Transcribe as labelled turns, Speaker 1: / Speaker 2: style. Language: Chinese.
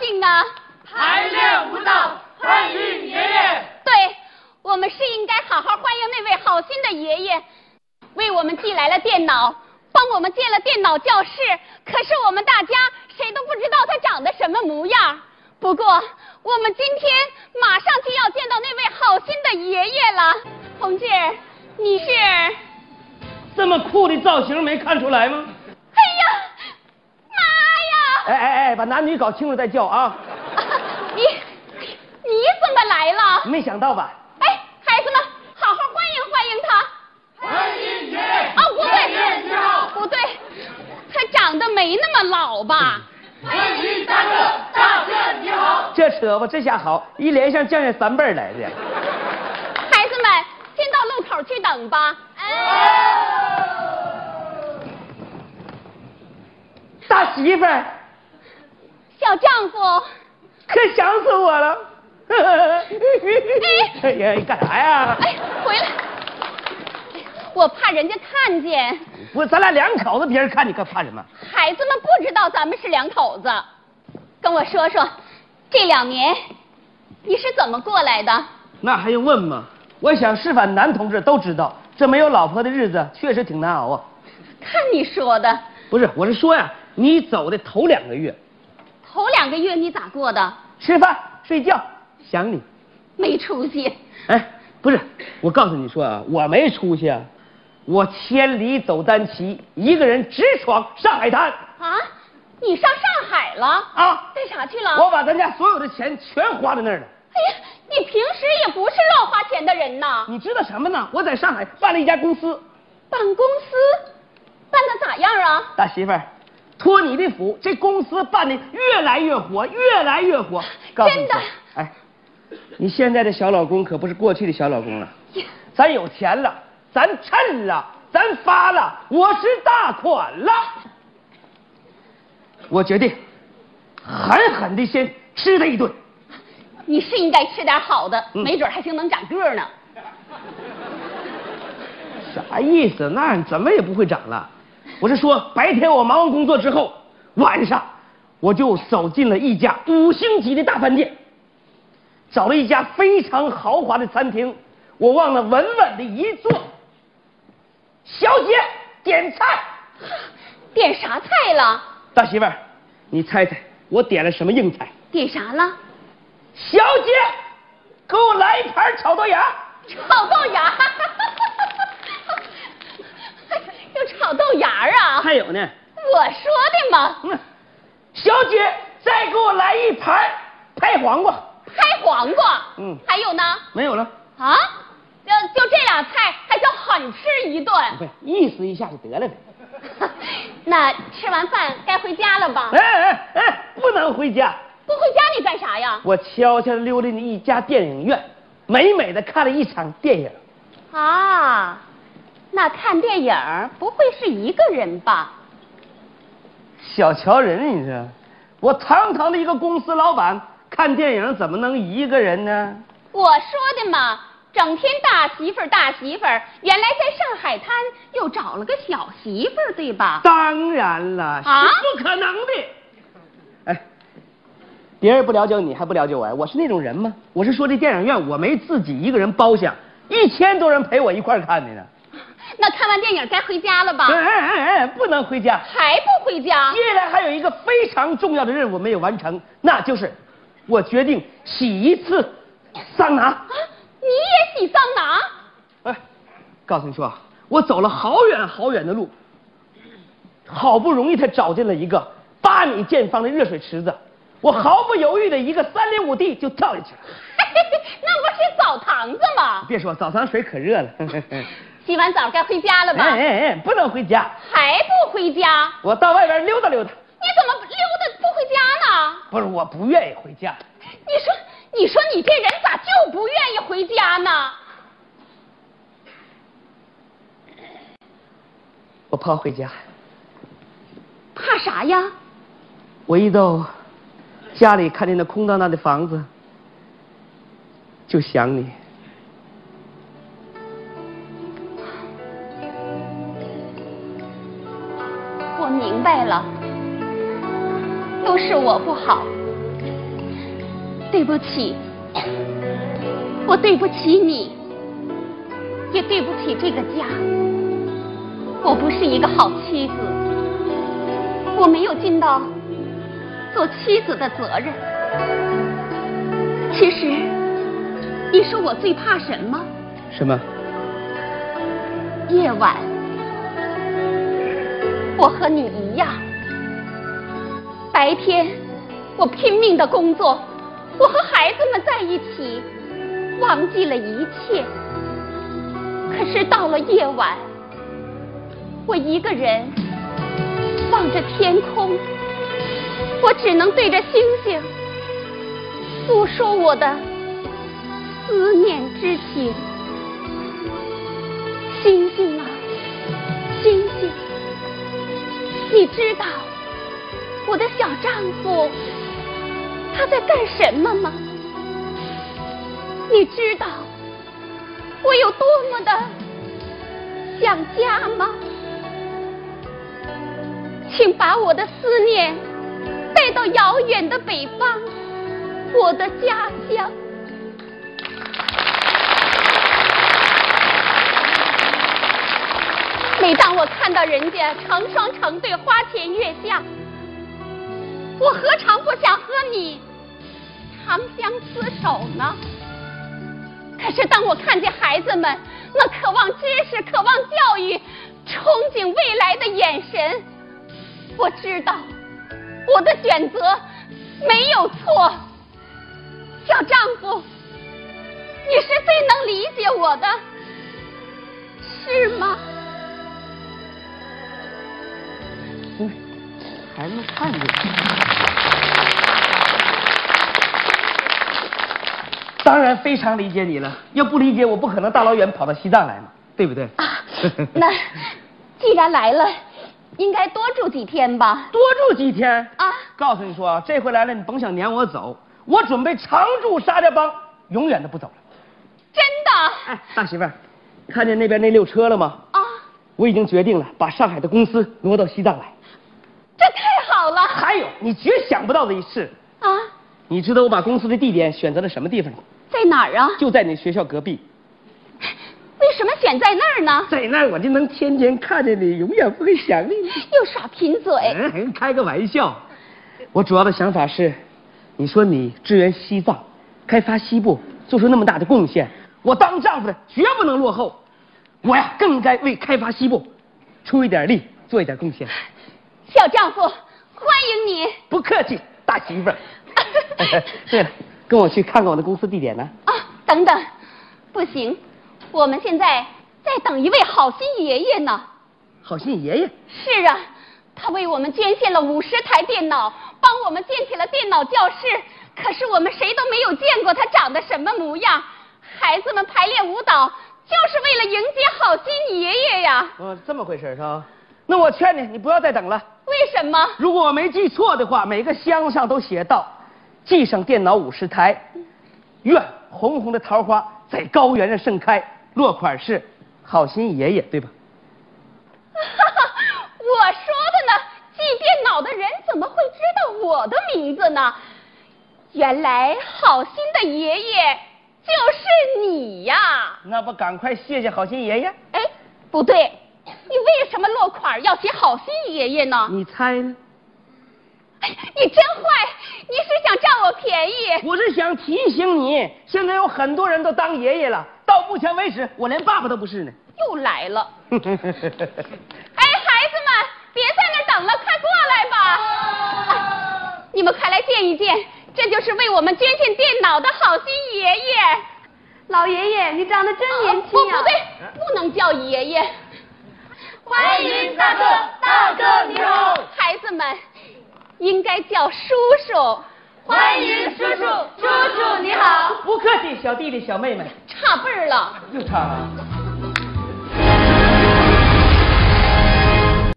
Speaker 1: 兴呢？
Speaker 2: 排练舞蹈，欢迎爷爷。
Speaker 1: 对，我们是应该好好欢迎那位好心的爷爷，为我们寄来了电脑，帮我们建了电脑教室。可是我们大家谁都不知道他长得什么模样。不过，我们今天马上就要见到那位好心的爷爷了，同志，你是？
Speaker 2: 这么酷的造型没看出来吗？
Speaker 1: 哎呀，妈呀！
Speaker 2: 哎哎哎，把男女搞清楚再叫啊！
Speaker 1: 啊 你你怎么来了？
Speaker 2: 没想到吧？
Speaker 1: 哎，孩子们，好好欢迎欢迎他。
Speaker 2: 欢迎爷
Speaker 1: 哦，不对，不对，他长得没那么老吧？
Speaker 2: 欢迎大哥，大哥你好。这扯吧，这下好，一连上叫上三辈儿来的。
Speaker 1: 孩子们，先到路口去等吧。哎，
Speaker 2: 大媳妇儿，
Speaker 1: 小丈夫，
Speaker 2: 可想死我了。 哎呀，干啥呀？
Speaker 1: 哎，回来，我怕人家看见。
Speaker 2: 不是，咱俩两口子，别人看你干怕什么？
Speaker 1: 孩子们不知道咱们是两口子，跟我说说，这两年你是怎么过来的？
Speaker 2: 那还用问吗？我想是反男同志都知道，这没有老婆的日子确实挺难熬啊。
Speaker 1: 看你说的，
Speaker 2: 不是，我是说呀，你走的头两个月，
Speaker 1: 头两个月你咋过的？
Speaker 2: 吃饭睡觉想你，
Speaker 1: 没出息。
Speaker 2: 哎，不是，我告诉你说啊，我没出息啊，我千里走单骑，一个人直闯上海滩
Speaker 1: 啊，你上上海了？
Speaker 2: 啊！
Speaker 1: 干啥去了？
Speaker 2: 我把咱家所有的钱全花在那儿了。
Speaker 1: 哎呀，你平时也不是乱花钱的人呐。
Speaker 2: 你知道什么呢？我在上海办了一家公司，
Speaker 1: 办公司办的咋样啊？
Speaker 2: 大媳妇儿，托你的福，这公司办的越来越火，越来越火。告诉你
Speaker 1: 真的
Speaker 2: 哎，你现在的小老公可不是过去的小老公了。咱有钱了，咱趁了，咱发了，我是大款了。我决定狠狠的先吃他一顿。
Speaker 1: 你是应该吃点好的，
Speaker 2: 嗯
Speaker 1: 没准还行能长个儿呢。
Speaker 2: 啥意思？那你怎么也不会长了。我是说，白天我忙完工作之后，晚上我就走进了一家五星级的大饭店，找了一家非常豪华的餐厅，我往那稳稳的一坐。小姐，点菜。
Speaker 1: 点啥菜了？
Speaker 2: 大媳妇儿，你猜猜我点了什么硬菜？
Speaker 1: 点啥了？
Speaker 2: 小姐，给我来一盘炒豆芽。
Speaker 1: 炒豆芽， 又炒豆芽啊！
Speaker 2: 还有呢，
Speaker 1: 我说的嘛，
Speaker 2: 嗯，小姐，再给我来一盘拍黄瓜。
Speaker 1: 拍黄瓜，
Speaker 2: 嗯
Speaker 1: 还有呢，
Speaker 2: 没有了。
Speaker 1: 啊，就就这俩菜，还叫狠吃一顿？
Speaker 2: 不是意思一下就得了呗。
Speaker 1: 那吃完饭该回家了吧？
Speaker 2: 哎哎哎，不能回家，
Speaker 1: 不回家你干啥呀？
Speaker 2: 我悄悄溜达进一家电影院，美美的看了一场电影。
Speaker 1: 啊，那看电影儿不会是一个人吧？
Speaker 2: 小瞧人，你这，我堂堂的一个公司老板，看电影怎么能一个人呢？
Speaker 1: 我说的嘛，整天大媳妇儿大媳妇儿，原来在上海滩又找了个小媳妇儿，对吧？
Speaker 2: 当然了，
Speaker 1: 啊
Speaker 2: 是不可能的。哎，别人不了解你，还不了解我呀？我是那种人吗？我是说这电影院我没自己一个人包厢，一千多人陪我一块儿看的呢。
Speaker 1: 那看完电影该回家了吧？
Speaker 2: 哎哎哎哎，不能回家。
Speaker 1: 还不回家？
Speaker 2: 接下来还有一个非常重要的任务没有完成，那就是我决定洗一次桑拿。
Speaker 1: 啊，你也洗桑拿？
Speaker 2: 哎，告诉你说啊，我走了好远好远的路，好不容易才找进了一个八米见方的热水池子，我毫不犹豫的一个三零五 D 就跳下去了。
Speaker 1: 那不是澡堂子吗？
Speaker 2: 别说澡堂水可热了，哎
Speaker 1: 洗完澡该回家了吧？
Speaker 2: 哎哎，不能回家，
Speaker 1: 还不回家？
Speaker 2: 我到外边溜达溜达。
Speaker 1: 你怎么溜达不回家呢？
Speaker 2: 不是，我不愿意回家。
Speaker 1: 你说，你说你这人咋就不愿意回家呢？
Speaker 2: 我怕回家，
Speaker 1: 怕啥呀？
Speaker 2: 我一到家里看见那空荡荡的房子，就想你。
Speaker 1: 我明白了，都是我不好，对不起，我对不起你，也对不起这个家。我不是一个好妻子，我没有尽到做妻子的责任。其实，你说我最怕什么？
Speaker 2: 什么？
Speaker 1: 夜晚，我和你一样，白天我拼命的工作，我和孩子们在一起，忘记了一切。可是到了夜晚，我一个人望着天空，我只能对着星星诉说我的思念之情。星星啊，星星，你知道我的小丈夫他在干什么吗？你知道我有多么的想家吗？请把我的思念带到遥远的北方，我的家乡。每当我看到人家成双成对花前月下，我何尝不想和你长相厮守呢？可是当我看见孩子们那渴望知识、渴望教育、憧憬未来的眼神，我知道我的选择没有错。小丈夫，你是最能理解我的，是吗？
Speaker 2: 嗯，孩子们看见。当然非常理解你了，要不理解我不可能大老远跑到西藏来嘛，对不对？
Speaker 1: 啊，那既然来了，应该多住几天吧？
Speaker 2: 多住几天
Speaker 1: 啊
Speaker 2: 告诉你说啊，这回来了你甭想撵我走，我准备常驻沙家浜，永远都不走了。
Speaker 1: 真的
Speaker 2: 哎，大媳妇儿，看见那边那溜车了吗？
Speaker 1: 啊，
Speaker 2: 我已经决定了，把上海的公司挪到西藏来。
Speaker 1: 这太好了
Speaker 2: 还有，你绝想不到的一事，
Speaker 1: 啊！
Speaker 2: 你知道我把公司的地点选择了什么地方吗？
Speaker 1: 在哪儿 啊？
Speaker 2: 就在你学校隔壁，
Speaker 1: 为什么选在那儿呢？
Speaker 2: 在那儿我就能天天看见你，永远不会想念你。
Speaker 1: 又耍贫嘴，
Speaker 2: 嗯，开个玩笑。我主要的想法是，你说你支援西藏，开发西部，做出那么大的贡献，我当丈夫的绝不能落后。我呀，更应该为开发西部出一点力，做一点贡献。
Speaker 1: 小丈夫，欢迎你。
Speaker 2: 不客气，大媳 妇儿。对了，跟我去看看我的公司地点呢。
Speaker 1: 啊，等等，不行，我们现在在等一位好心爷爷呢。
Speaker 2: 好心爷爷，
Speaker 1: 是啊，他为我们捐献了五十台电脑，帮我们建起了电脑教室。可是我们谁都没有见过他长得什么模样。孩子们排练舞蹈，就是为了迎接好心爷爷呀。
Speaker 2: 哦，这么回事儿是吧？那我劝你，你不要再等了。
Speaker 1: 为什么？
Speaker 2: 如果我没记错的话，每个箱上都写到，记上电脑五十台，愿红红的桃花在高原上盛开。落款是好心爷爷，对吧？
Speaker 1: 我说的呢，记电脑的人怎么会知道我的名字呢？原来好心的爷爷就是你呀！
Speaker 2: 那不赶快谢谢好心爷爷？
Speaker 1: 哎，不对，你为什么落款要写好心爷爷
Speaker 3: 啊
Speaker 1: 呢？
Speaker 2: 你猜呢？
Speaker 1: 哎你真坏，你是想占我便宜？
Speaker 2: 我是想提醒你，现在有很多人都当爷爷了，到目前为止，我连爸爸都不是呢。
Speaker 1: 又来了。哎，孩子们，别在那儿等了，快过来吧！啊你们快来见一见，这就是为我们捐献电脑的好心爷爷。哦
Speaker 3: 老爷爷，你长得真年轻
Speaker 1: 不，
Speaker 3: 啊！
Speaker 1: 呃不对，不能叫爷爷。
Speaker 3: 欢迎大哥大哥你好！
Speaker 1: 孩子们，应该叫叔叔。
Speaker 3: 欢迎叔叔，叔叔你好。
Speaker 2: 不客气，小弟弟小妹妹，
Speaker 1: 差辈儿了。
Speaker 2: 又唱了。